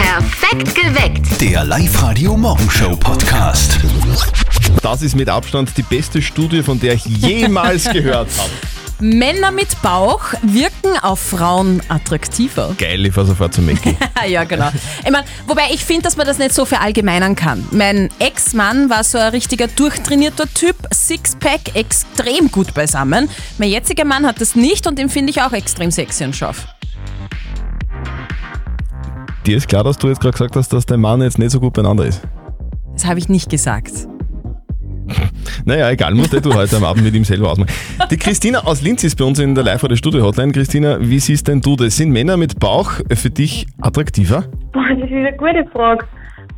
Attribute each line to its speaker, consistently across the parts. Speaker 1: Perfekt geweckt.
Speaker 2: Der Live-Radio Morgenshow Podcast.
Speaker 3: Das ist mit Abstand die beste Studie, von der ich jemals gehört habe.
Speaker 4: Männer mit Bauch wirken auf Frauen attraktiver.
Speaker 3: Geil, ich fahr sofort zu Mickey.
Speaker 4: Ah, ja, genau. Ich mein, wobei ich finde, dass man das nicht so verallgemeinern kann. Mein Ex-Mann war so ein richtiger durchtrainierter Typ, Sixpack extrem gut beisammen. Mein jetziger Mann hat das nicht und den finde ich auch extrem sexy und scharf.
Speaker 3: Dir ist klar, dass du jetzt gerade gesagt hast, dass dein Mann jetzt nicht so gut beieinander ist.
Speaker 4: Das habe ich nicht gesagt.
Speaker 3: Naja, egal, musst eh du heute am Abend mit ihm selber ausmachen. Die Christina aus Linz ist bei uns in der live oder studio hotline Christina, wie siehst denn du das? Sind Männer mit Bauch für dich attraktiver?
Speaker 5: Boah, das ist eine gute Frage.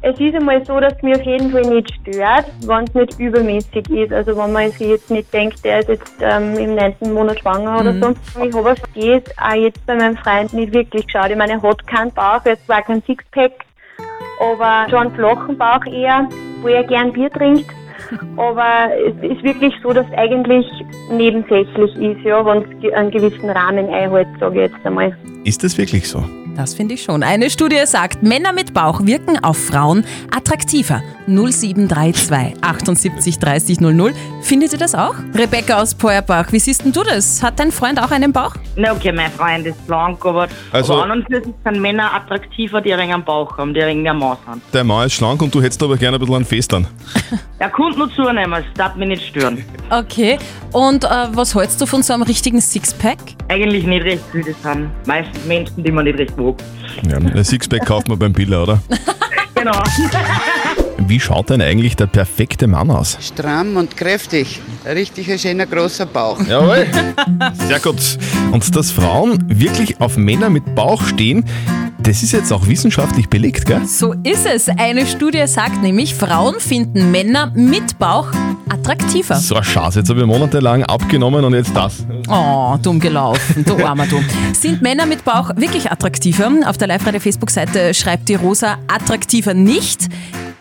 Speaker 5: Es ist einmal so, dass es mich auf jeden Fall nicht stört, wenn es nicht übermäßig ist. Also wenn man sich jetzt nicht denkt, der ist jetzt ähm, im neunten Monat schwanger oder so. Ich habe auf das auch jetzt bei meinem Freund nicht wirklich geschaut. Ich meine, er hat keinen Bauch, jetzt war kein Sixpack, aber schon einen flachen Bauch eher, wo er gern Bier trinkt. Aber es ist wirklich so, dass es eigentlich nebensächlich ist, ja, wenn es einen gewissen Rahmen einhält, sage ich jetzt einmal.
Speaker 3: Ist das wirklich so?
Speaker 4: Das finde ich schon. Eine Studie sagt, Männer mit Bauch wirken auf Frauen attraktiver. 0732 78 30 00. Findet ihr das auch? Rebecca aus Peuerbach, wie siehst denn du das? Hat dein Freund auch einen Bauch?
Speaker 6: Na okay, mein Freund ist blank, aber,
Speaker 3: Also-
Speaker 6: aber an und für sich sind Männer attraktiver, die einen Bauch haben, die einen mehr Maus haben.
Speaker 3: Der Mann ist schlank und du hättest aber gerne ein bisschen an Fest an.
Speaker 6: Der kommt nur zunehmen, das darf mich nicht stören.
Speaker 4: Okay. Und äh, was hältst du von so einem richtigen Sixpack?
Speaker 6: Eigentlich nicht recht viel, das sind meistens Menschen, die man nicht recht mag.
Speaker 3: Ja, ein Sixpack kauft man beim Piller, oder?
Speaker 6: Genau.
Speaker 3: Wie schaut denn eigentlich der perfekte Mann aus?
Speaker 7: Stramm und kräftig. Richtig ein schöner großer Bauch.
Speaker 3: Jawohl. Sehr gut. Und dass Frauen wirklich auf Männer mit Bauch stehen, das ist jetzt auch wissenschaftlich belegt, gell?
Speaker 4: So ist es. Eine Studie sagt nämlich, Frauen finden Männer mit Bauch attraktiver.
Speaker 3: So ein Schatz, jetzt habe ich monatelang abgenommen und jetzt das.
Speaker 4: Oh, dumm gelaufen, du armer du. Sind Männer mit Bauch wirklich attraktiver? Auf der live Facebook-Seite schreibt die Rosa, attraktiver nicht.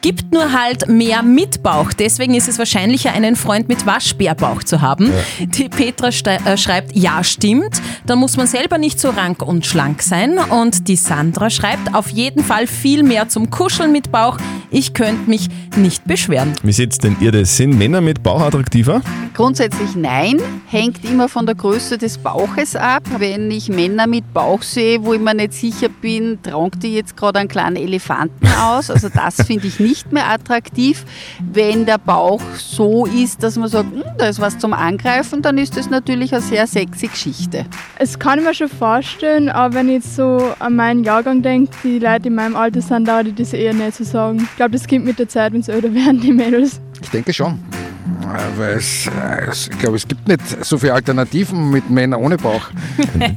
Speaker 4: Gibt nur halt mehr mit Bauch. Deswegen ist es wahrscheinlicher, einen Freund mit Waschbärbauch zu haben. Die Petra ste- äh, schreibt, ja, stimmt. Da muss man selber nicht so rank und schlank sein. Und die Sandra schreibt, auf jeden Fall viel mehr zum Kuscheln mit Bauch. Ich könnte mich nicht beschweren.
Speaker 3: Wie seht denn ihr das? Sind Männer mit Bauch attraktiver?
Speaker 8: Grundsätzlich nein, hängt immer von der Größe des Bauches ab. Wenn ich Männer mit Bauch sehe, wo ich mir nicht sicher bin, trank die jetzt gerade einen kleinen Elefanten aus. Also das finde ich nicht mehr attraktiv. Wenn der Bauch so ist, dass man sagt, "Hm, da ist was zum Angreifen, dann ist das natürlich eine sehr sexy Geschichte.
Speaker 9: Es kann ich mir schon vorstellen, aber wenn ich jetzt so an meinen Jahrgang denke, die Leute in meinem Alter sind, dauert ich das eher nicht zu sagen. Ich glaube, das kommt mit der Zeit, wenn sie älter werden, die Mädels.
Speaker 10: Ich denke schon. Äh, Weil es, äh, es- ich glaube, es gibt nicht so viele Alternativen mit Männern ohne Bauch.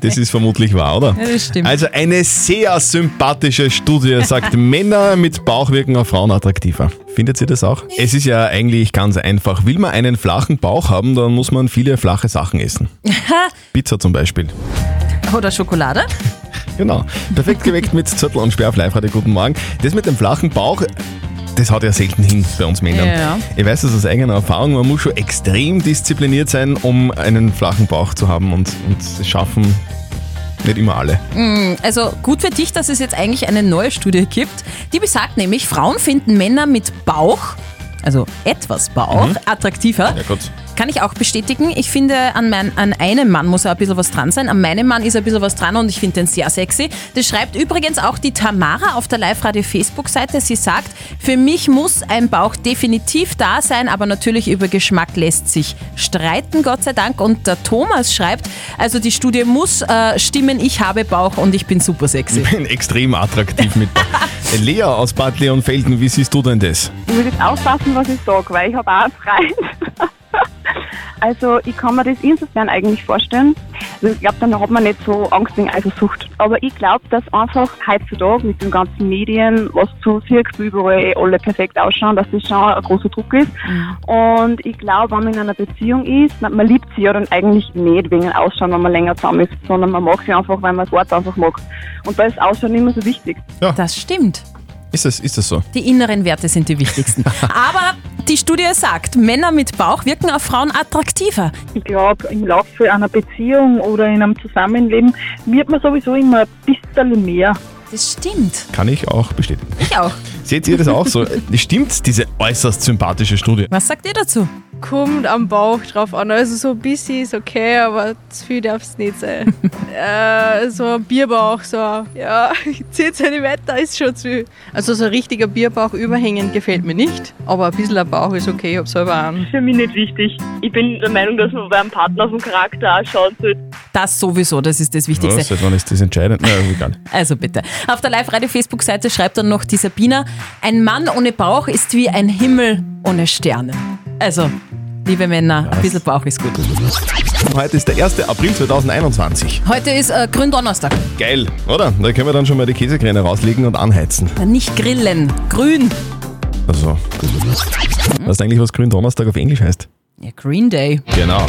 Speaker 3: Das ist vermutlich wahr, oder?
Speaker 4: Ja, das stimmt.
Speaker 3: Also eine sehr sympathische Studie sagt, Männer mit Bauch wirken auf Frauen attraktiver. Findet ihr das auch? Es ist ja eigentlich ganz einfach. Will man einen flachen Bauch haben, dann muss man viele flache Sachen essen. Pizza zum Beispiel.
Speaker 4: Oder Schokolade?
Speaker 3: Genau. Perfekt geweckt mit Zettel und Sperr auf live heute. Guten Morgen. Das mit dem flachen Bauch, das haut ja selten hin bei uns Männern.
Speaker 4: Ja.
Speaker 3: Ich weiß das aus eigener Erfahrung, man muss schon extrem diszipliniert sein, um einen flachen Bauch zu haben und, und das schaffen nicht immer alle.
Speaker 4: Also gut für dich, dass es jetzt eigentlich eine neue Studie gibt, die besagt nämlich, Frauen finden Männer mit Bauch, also etwas Bauch, attraktiver.
Speaker 3: Ja gut.
Speaker 4: Kann ich auch bestätigen. Ich finde, an, mein, an einem Mann muss ja ein bisschen was dran sein. An meinem Mann ist ein bisschen was dran und ich finde den sehr sexy. Das schreibt übrigens auch die Tamara auf der Live-Radio-Facebook-Seite. Sie sagt, für mich muss ein Bauch definitiv da sein, aber natürlich über Geschmack lässt sich streiten, Gott sei Dank. Und der Thomas schreibt, also die Studie muss äh, stimmen, ich habe Bauch und ich bin super sexy.
Speaker 3: Ich bin extrem attraktiv mit Bauch. Lea aus Bad Leonfelden, wie siehst du denn das?
Speaker 6: Ich will jetzt aufpassen, was ich sage, weil ich habe auch einen Freund. Also ich kann mir das insofern eigentlich vorstellen. Also ich glaube, dann hat man nicht so Angst wegen Eifersucht. Aber ich glaube, dass einfach heutzutage mit den ganzen Medien, was du siehst, wie überall eh alle perfekt ausschauen, dass das schon ein großer Druck ist.
Speaker 9: Mhm.
Speaker 6: Und ich glaube, wenn man in einer Beziehung ist, man, man liebt sie ja dann eigentlich nicht wegen dem Ausschauen, wenn man länger zusammen ist, sondern man mag sie einfach, weil man das Wort einfach mag. Und da ist Ausschauen immer so wichtig.
Speaker 4: Das stimmt.
Speaker 3: Ist das, ist das so?
Speaker 4: Die inneren Werte sind die wichtigsten. Aber die Studie sagt, Männer mit Bauch wirken auf Frauen attraktiver.
Speaker 6: Ich glaube, im Laufe einer Beziehung oder in einem Zusammenleben wird man sowieso immer ein bisschen mehr.
Speaker 4: Das stimmt.
Speaker 2: Kann ich auch bestätigen.
Speaker 4: Ich auch.
Speaker 2: Seht ihr das auch so? Stimmt diese äußerst sympathische Studie?
Speaker 4: Was sagt ihr dazu?
Speaker 9: Kommt am Bauch drauf an. Also so ein bisschen ist okay, aber zu viel darf es nicht sein. äh, so ein Bierbauch, so ein- ja, 10 cm ist schon zu viel. Also so ein richtiger Bierbauch überhängend gefällt mir nicht, aber ein bisschen ein Bauch ist okay, ich hab selber einen.
Speaker 5: Für mich nicht wichtig. Ich bin der Meinung, dass man beim Partner auf den Charakter auch schauen sollte.
Speaker 4: Das sowieso, das ist das Wichtigste.
Speaker 2: Was? Seit wann ist das entscheidend? Na, egal.
Speaker 4: Also bitte. Auf der Live-Radio-Facebook-Seite schreibt dann noch die Sabina, ein Mann ohne Bauch ist wie ein Himmel ohne Sterne. Also, liebe Männer, ein bisschen Bauch ist gut.
Speaker 2: Heute ist der 1. April 2021.
Speaker 4: Heute ist äh, Gründonnerstag.
Speaker 2: Geil, oder? Da können wir dann schon mal die Käsekräne rauslegen und anheizen.
Speaker 4: Äh, Nicht grillen, grün.
Speaker 2: Also. Weißt du eigentlich, was Gründonnerstag auf Englisch heißt?
Speaker 4: Ja, Green Day.
Speaker 2: Genau.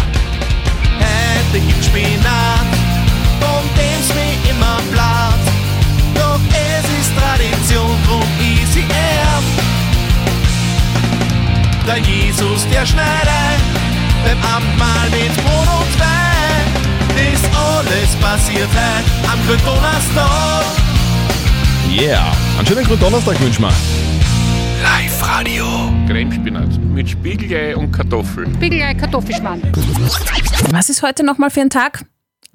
Speaker 11: Der Jesus, der Schneider, beim Abendmahl mit Brot und Wein, ist alles passiert heute am Gründonnerstag.
Speaker 2: Yeah. Einen schönen Gründonnerstag wünschen wir.
Speaker 11: Live-Radio.
Speaker 7: Cremespinat mit Spiegelei und Kartoffeln.
Speaker 4: Was ist heute nochmal für ein Tag?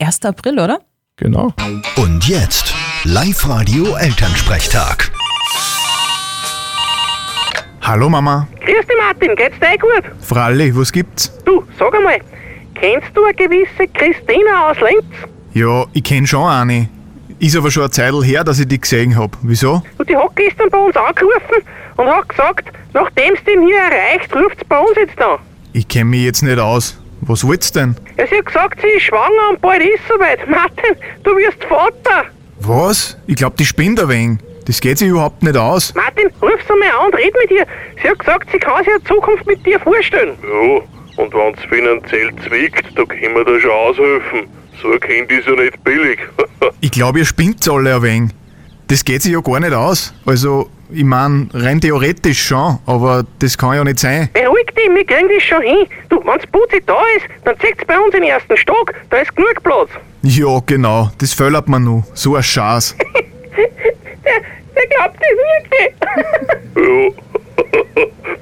Speaker 4: 1. April, oder?
Speaker 2: Genau.
Speaker 11: Und jetzt Live-Radio Elternsprechtag.
Speaker 3: Hallo Mama.
Speaker 5: Grüß dich, Martin. Geht's dir eh gut?
Speaker 3: Fralli, was gibt's?
Speaker 5: Du, sag einmal, kennst du eine gewisse Christina aus Lenz?
Speaker 3: Ja, ich kenn schon eine. Ist aber schon eine Zeit her, dass ich die gesehen hab. Wieso?
Speaker 5: Und die hat gestern bei uns angerufen und hat gesagt, nachdem sie den hier erreicht, ruft sie bei uns jetzt an.
Speaker 3: Ich kenn mich jetzt nicht aus. Was wollt's denn?
Speaker 5: Ja, sie hat gesagt, sie ist schwanger und bald ist soweit. Martin, du wirst Vater.
Speaker 3: Was? Ich glaub, die spinnt ein wenig. Das geht sich überhaupt nicht aus.
Speaker 5: Martin, ruf sie mal an und red mit ihr. Sie hat gesagt, sie kann sich eine Zukunft mit dir vorstellen.
Speaker 7: Ja, und wenn's finanziell zwickt, da können wir da schon aushelfen. So ein Kind ist ja nicht billig.
Speaker 3: Ich glaube, ihr spinnt alle ein wenig. Das geht sich ja gar nicht aus. Also, ich mein, rein theoretisch schon, aber das kann ja nicht sein.
Speaker 5: Beruhig dich, wir kriegen das schon hin. Du, wenn's Putzi da ist, dann zieht's bei uns in den ersten Stock, da ist genug Platz.
Speaker 3: Ja, genau, das föllert man nur. So ein Schaß.
Speaker 5: Der, der glaubt das wirklich.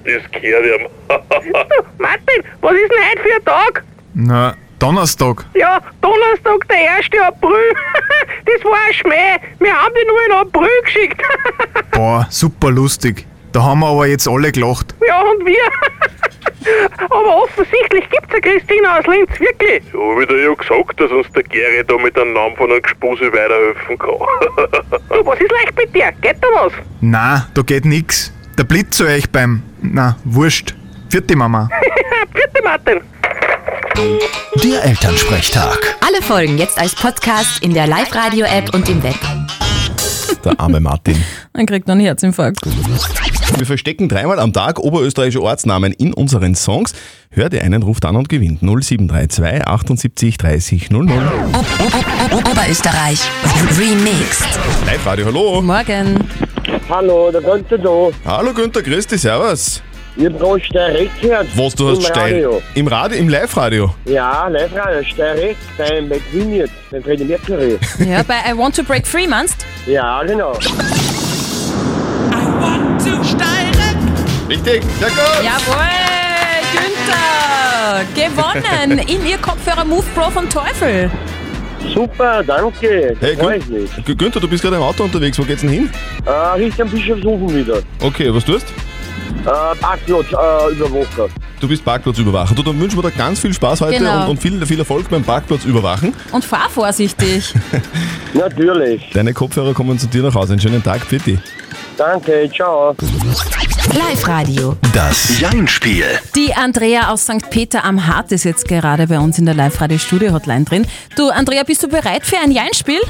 Speaker 7: Ja, das gehört ihm.
Speaker 5: du, Martin, was ist denn heute für ein Tag?
Speaker 3: Na, Donnerstag.
Speaker 5: Ja, Donnerstag, der 1. April. Das war ein Schmäh. Wir haben die nur in April geschickt.
Speaker 3: Boah, super lustig. Da haben wir aber jetzt alle gelacht.
Speaker 5: Ja, und wir. Aber offensichtlich gibt's eine Christina aus Linz, wirklich.
Speaker 7: Ja, hab ich dir ja gesagt, dass uns der Gary da mit einem Namen von einem Gespuse weiterhelfen kann.
Speaker 5: Du, was ist leicht mit dir? Geht da was?
Speaker 3: Na, da geht nix. Der blitzt zu euch beim. Na, wurscht. Vierte Mama.
Speaker 5: Bitte, Martin.
Speaker 11: Der Elternsprechtag.
Speaker 1: Alle Folgen jetzt als Podcast in der Live-Radio-App und im Web.
Speaker 2: Der arme Martin.
Speaker 4: Dann kriegt man einen Herzinfarkt.
Speaker 2: Wir verstecken dreimal am Tag oberösterreichische Ortsnamen in unseren Songs. Hört ihr einen, ruft an und gewinnt 0732 78 30 00.
Speaker 1: Oberösterreich. Remixed.
Speaker 2: Live Radio, hallo.
Speaker 4: Morgen.
Speaker 5: Hallo, der ganze da.
Speaker 2: Hallo Günther, grüß dich, servus.
Speaker 5: Ich hab gerade Steyrek gehört.
Speaker 2: Was, du hast
Speaker 5: Im
Speaker 2: steil.
Speaker 5: Radio.
Speaker 2: Im Radio, im Live-Radio.
Speaker 5: Ja, live rein, Steyrek, beim McQueen jetzt, beim Freddie Mercury.
Speaker 4: Ja, bei I Want to Break Free, meinst
Speaker 5: Ja, genau.
Speaker 2: Richtig, sehr gut.
Speaker 4: Jawohl, Günther! Gewonnen in ihr Kopfhörer Move Pro vom Teufel.
Speaker 5: Super, danke.
Speaker 2: Hey,
Speaker 5: Freue ich mich.
Speaker 2: Gün Gü- Günther, du bist gerade im Auto unterwegs, wo geht's denn hin?
Speaker 5: Äh, Richtung Bischofshofen wieder.
Speaker 2: Okay, was tust?
Speaker 5: Äh, Parkplatz äh, über Woche.
Speaker 2: Du bist Parkplatzüberwacher. Du, dann wünschen wir dir ganz viel Spaß heute
Speaker 4: Genau.
Speaker 2: und, und viel, viel Erfolg beim Parkplatzüberwachen.
Speaker 4: Und fahr vorsichtig.
Speaker 5: Natürlich.
Speaker 2: Deine Kopfhörer kommen zu dir nach Hause. Einen schönen Tag, bitte.
Speaker 5: Danke, ciao.
Speaker 1: Live-Radio.
Speaker 11: Das Jein-Spiel.
Speaker 4: Die Andrea aus St. Peter am Hart ist jetzt gerade bei uns in der Live-Radio-Studio-Hotline drin. Du, Andrea, bist du bereit für ein Jeinspiel?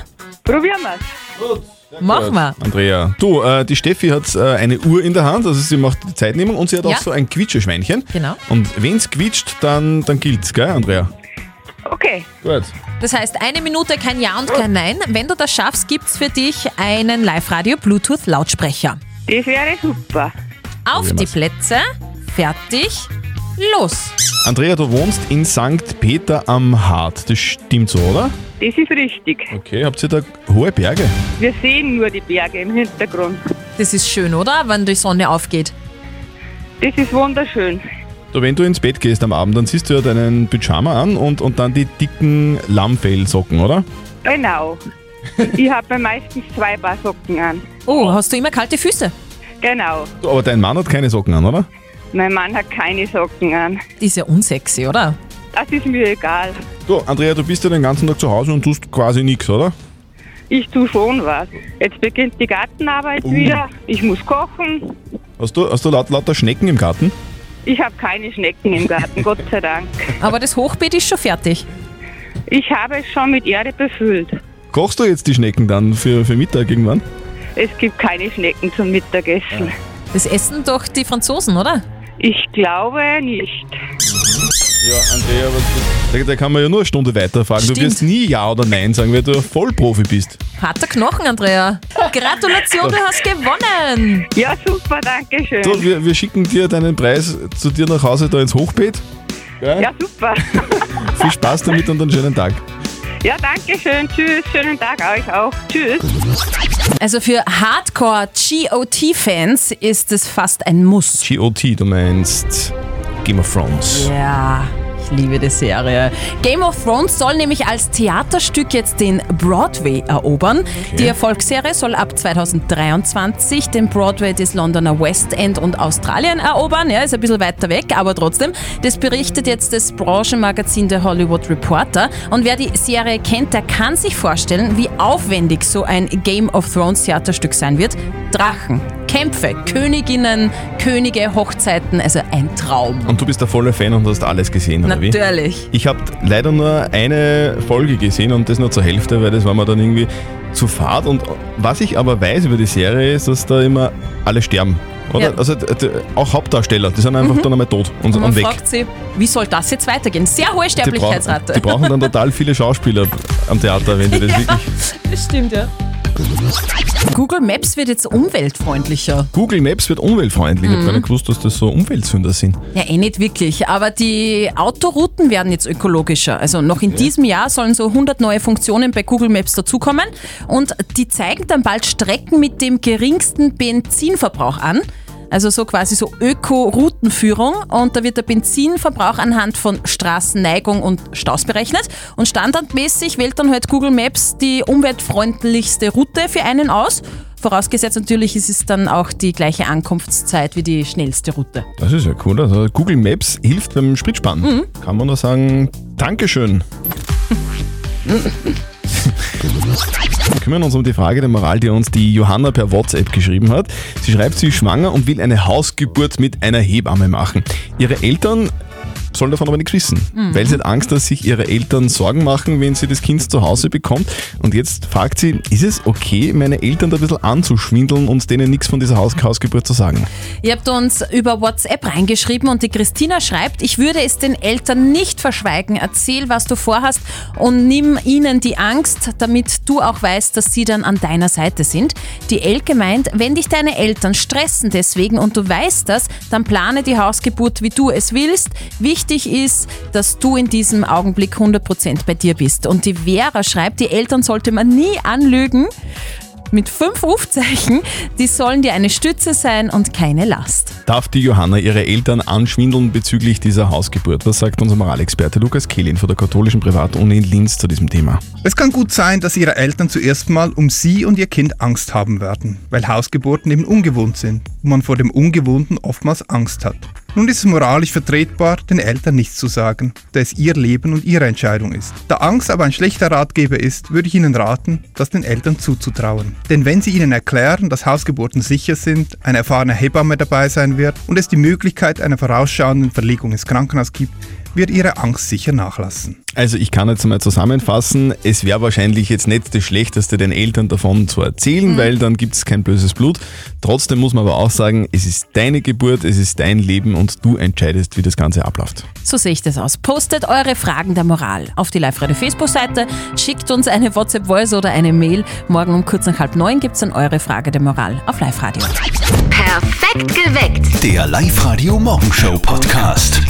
Speaker 12: Probieren wir's.
Speaker 4: Mach mal.
Speaker 2: Andrea. Du, äh, die Steffi hat äh, eine Uhr in der Hand, also sie macht die Zeitnehmung und sie hat
Speaker 4: Ja.
Speaker 2: auch so ein Quietscheschweinchen.
Speaker 4: Genau.
Speaker 2: Und wen's quietscht, dann, dann gilt's, gell, Andrea?
Speaker 12: Okay.
Speaker 2: Gut.
Speaker 4: Das heißt, eine Minute kein Ja und kein Nein. Wenn du das schaffst, gibt's für dich einen Live-Radio-Bluetooth-Lautsprecher.
Speaker 12: Das wäre super.
Speaker 4: Auf die Plätze, fertig, los.
Speaker 2: Andrea, du wohnst in St. Peter am Hart. Das stimmt so, oder?
Speaker 6: Das ist richtig.
Speaker 2: Okay, habt ihr da hohe Berge?
Speaker 6: Wir sehen nur die Berge im Hintergrund.
Speaker 13: Das ist schön, oder? Wenn die Sonne aufgeht.
Speaker 6: Das ist wunderschön.
Speaker 2: Du, wenn du ins Bett gehst am Abend, dann siehst du ja deinen Pyjama an und, und dann die dicken Lammfellsocken, oder?
Speaker 6: Genau. ich habe meistens zwei Paar Socken an.
Speaker 13: Oh, hast du immer kalte Füße?
Speaker 6: Genau.
Speaker 2: Du, Aber dein Mann hat keine Socken an, oder?
Speaker 6: Mein Mann hat keine Socken an.
Speaker 13: Die ist ja unsexy, oder?
Speaker 6: Das ist mir egal.
Speaker 2: Du, Andrea, du bist ja den ganzen Tag zu Hause und tust quasi nichts, oder?
Speaker 6: Ich tue schon was. Jetzt beginnt die Gartenarbeit
Speaker 2: Uh.
Speaker 6: wieder. Ich muss kochen.
Speaker 2: Hast du, hast du laut, lauter Schnecken im Garten?
Speaker 6: Ich habe keine Schnecken im Garten, Gott sei Dank.
Speaker 13: Aber das Hochbeet ist schon fertig.
Speaker 6: Ich habe es schon mit Erde befüllt.
Speaker 2: Kochst du jetzt die Schnecken dann für, für Mittag irgendwann?
Speaker 6: Es gibt keine Schnecken zum Mittagessen.
Speaker 13: Das essen doch die Franzosen, oder?
Speaker 6: Ich glaube nicht.
Speaker 2: Ja, Andrea, was da, da kann man ja nur eine Stunde weiterfragen. Du wirst nie Ja oder Nein sagen, weil du ein Vollprofi bist.
Speaker 13: Harter Knochen, Andrea. Gratulation, du hast gewonnen.
Speaker 6: Ja, super, danke schön.
Speaker 2: Du, wir, wir schicken dir deinen Preis zu dir nach Hause da ins Hochbeet.
Speaker 6: Ja, super.
Speaker 2: Viel Spaß damit und einen schönen Tag.
Speaker 6: Ja, danke schön. Tschüss. Schönen Tag euch auch. Tschüss.
Speaker 4: Also für Hardcore-GOT-Fans ist es fast ein Muss.
Speaker 2: GOT, du meinst Game of Thrones.
Speaker 4: Ja, ich liebe die Serie. Game of Thrones soll nämlich als Theaterstück jetzt den Broadway erobern. Die Erfolgsserie soll ab 2023 den Broadway des Londoner West End und Australien erobern. Ja, ist ein bisschen weiter weg, aber trotzdem. Das berichtet jetzt das Branchenmagazin der Hollywood Reporter. Und wer die Serie kennt, der kann sich vorstellen, wie aufwendig so ein Game of Thrones Theaterstück sein wird. Drachen, Kämpfe, Königinnen, Könige, Hochzeiten, also ein Traum.
Speaker 2: Und du bist der volle Fan und hast alles gesehen, oder wie?
Speaker 4: Natürlich.
Speaker 2: Ich habe leider nur eine Folge gesehen und das nur zur Hälfte, weil das war mir dann irgendwie zu fad. Und was ich aber weiß über die Serie ist, dass da immer alle sterben. Oder?
Speaker 4: Ja.
Speaker 2: Also d- d- auch Hauptdarsteller, die sind einfach
Speaker 4: Mhm.
Speaker 2: dann einmal tot und,
Speaker 4: Und
Speaker 2: und,
Speaker 4: man
Speaker 2: Also weg.
Speaker 4: fragt sie, wie soll das jetzt weitergehen? Sehr hohe
Speaker 2: Die brauchen,
Speaker 4: Sterblichkeitsrate.
Speaker 2: die brauchen dann total viele Schauspieler am Theater, wenn die das
Speaker 4: ja,
Speaker 2: wirklich.
Speaker 4: das stimmt, ja. Google Maps wird jetzt umweltfreundlicher.
Speaker 2: Google Maps wird umweltfreundlich. Ich
Speaker 4: Mhm.
Speaker 2: habe gar nicht gewusst, dass das so Umweltsünder sind.
Speaker 4: Ja, eh nicht wirklich. Aber die Autorouten werden jetzt ökologischer. Also noch in diesem Jahr sollen so 100 neue Funktionen bei Google Maps dazukommen. Und die zeigen dann bald Strecken mit dem geringsten Benzinverbrauch an. Also so quasi so Öko-Routenführung und da wird der Benzinverbrauch anhand von Straßenneigung und Staus berechnet und standardmäßig wählt dann halt Google Maps die umweltfreundlichste Route für einen aus. Vorausgesetzt natürlich ist es dann auch die gleiche Ankunftszeit wie die schnellste Route.
Speaker 2: Das ist ja cool. Also Google Maps hilft beim Spritspannen. Kann man nur sagen, Dankeschön. Wir kümmern uns um die Frage der Moral, die uns die Johanna per WhatsApp geschrieben hat. Sie schreibt, sie ist schwanger und will eine Hausgeburt mit einer Hebamme machen. Ihre Eltern sollen davon aber nichts wissen,
Speaker 11: Mhm.
Speaker 2: weil sie hat Angst, dass sich ihre Eltern Sorgen machen, wenn sie das Kind zu Hause bekommt. Und jetzt fragt sie, ist es okay, meine Eltern da ein bisschen anzuschwindeln und denen nichts von dieser Haus Hausgeburt zu sagen?
Speaker 4: Ihr habt uns über WhatsApp reingeschrieben und die Christina schreibt, ich würde es den Eltern nicht verschweigen. Erzähl, was du vorhast und nimm ihnen die Angst, damit du auch weißt, dass sie dann an deiner Seite sind. Die Elke meint, wenn dich deine Eltern stressen deswegen und du weißt das, dann plane die Hausgeburt, wie du es willst. Wichtig ist, dass du in diesem Augenblick 100% bei dir bist. Und die Vera schreibt, die Eltern sollte man nie anlügen mit fünf Rufzeichen, die sollen dir eine Stütze sein und keine Last.
Speaker 2: Darf die Johanna ihre Eltern anschwindeln bezüglich dieser Hausgeburt? Was sagt unser Moralexperte Lukas Kehlin von der katholischen Privatuni in Linz zu diesem Thema?
Speaker 14: Es kann gut sein, dass ihre Eltern zuerst mal um sie und ihr Kind Angst haben werden, weil Hausgeburten eben ungewohnt sind und man vor dem Ungewohnten oftmals Angst hat. Nun ist es moralisch vertretbar, den Eltern nichts zu sagen, da es ihr Leben und ihre Entscheidung ist. Da Angst aber ein schlechter Ratgeber ist, würde ich Ihnen raten, das den Eltern zuzutrauen. Denn wenn Sie ihnen erklären, dass Hausgeburten sicher sind, eine erfahrene Hebamme dabei sein wird und es die Möglichkeit einer vorausschauenden Verlegung ins Krankenhaus gibt, wird Ihre Angst sicher nachlassen.
Speaker 2: Also ich kann jetzt mal zusammenfassen, es wäre wahrscheinlich jetzt nicht das Schlechteste, den Eltern davon zu erzählen, weil dann gibt es kein böses Blut. Trotzdem muss man aber auch sagen, es ist deine Geburt, es ist dein Leben und du entscheidest, wie das Ganze abläuft.
Speaker 4: So sehe ich das aus. Postet eure Fragen der Moral auf die Live-Radio-Facebook-Seite, schickt uns eine WhatsApp-Voice oder eine Mail. Morgen um kurz nach halb neun gibt es dann eure Frage der Moral auf Live-Radio.
Speaker 1: Perfekt geweckt.
Speaker 11: Der Live-Radio Morgenshow Podcast.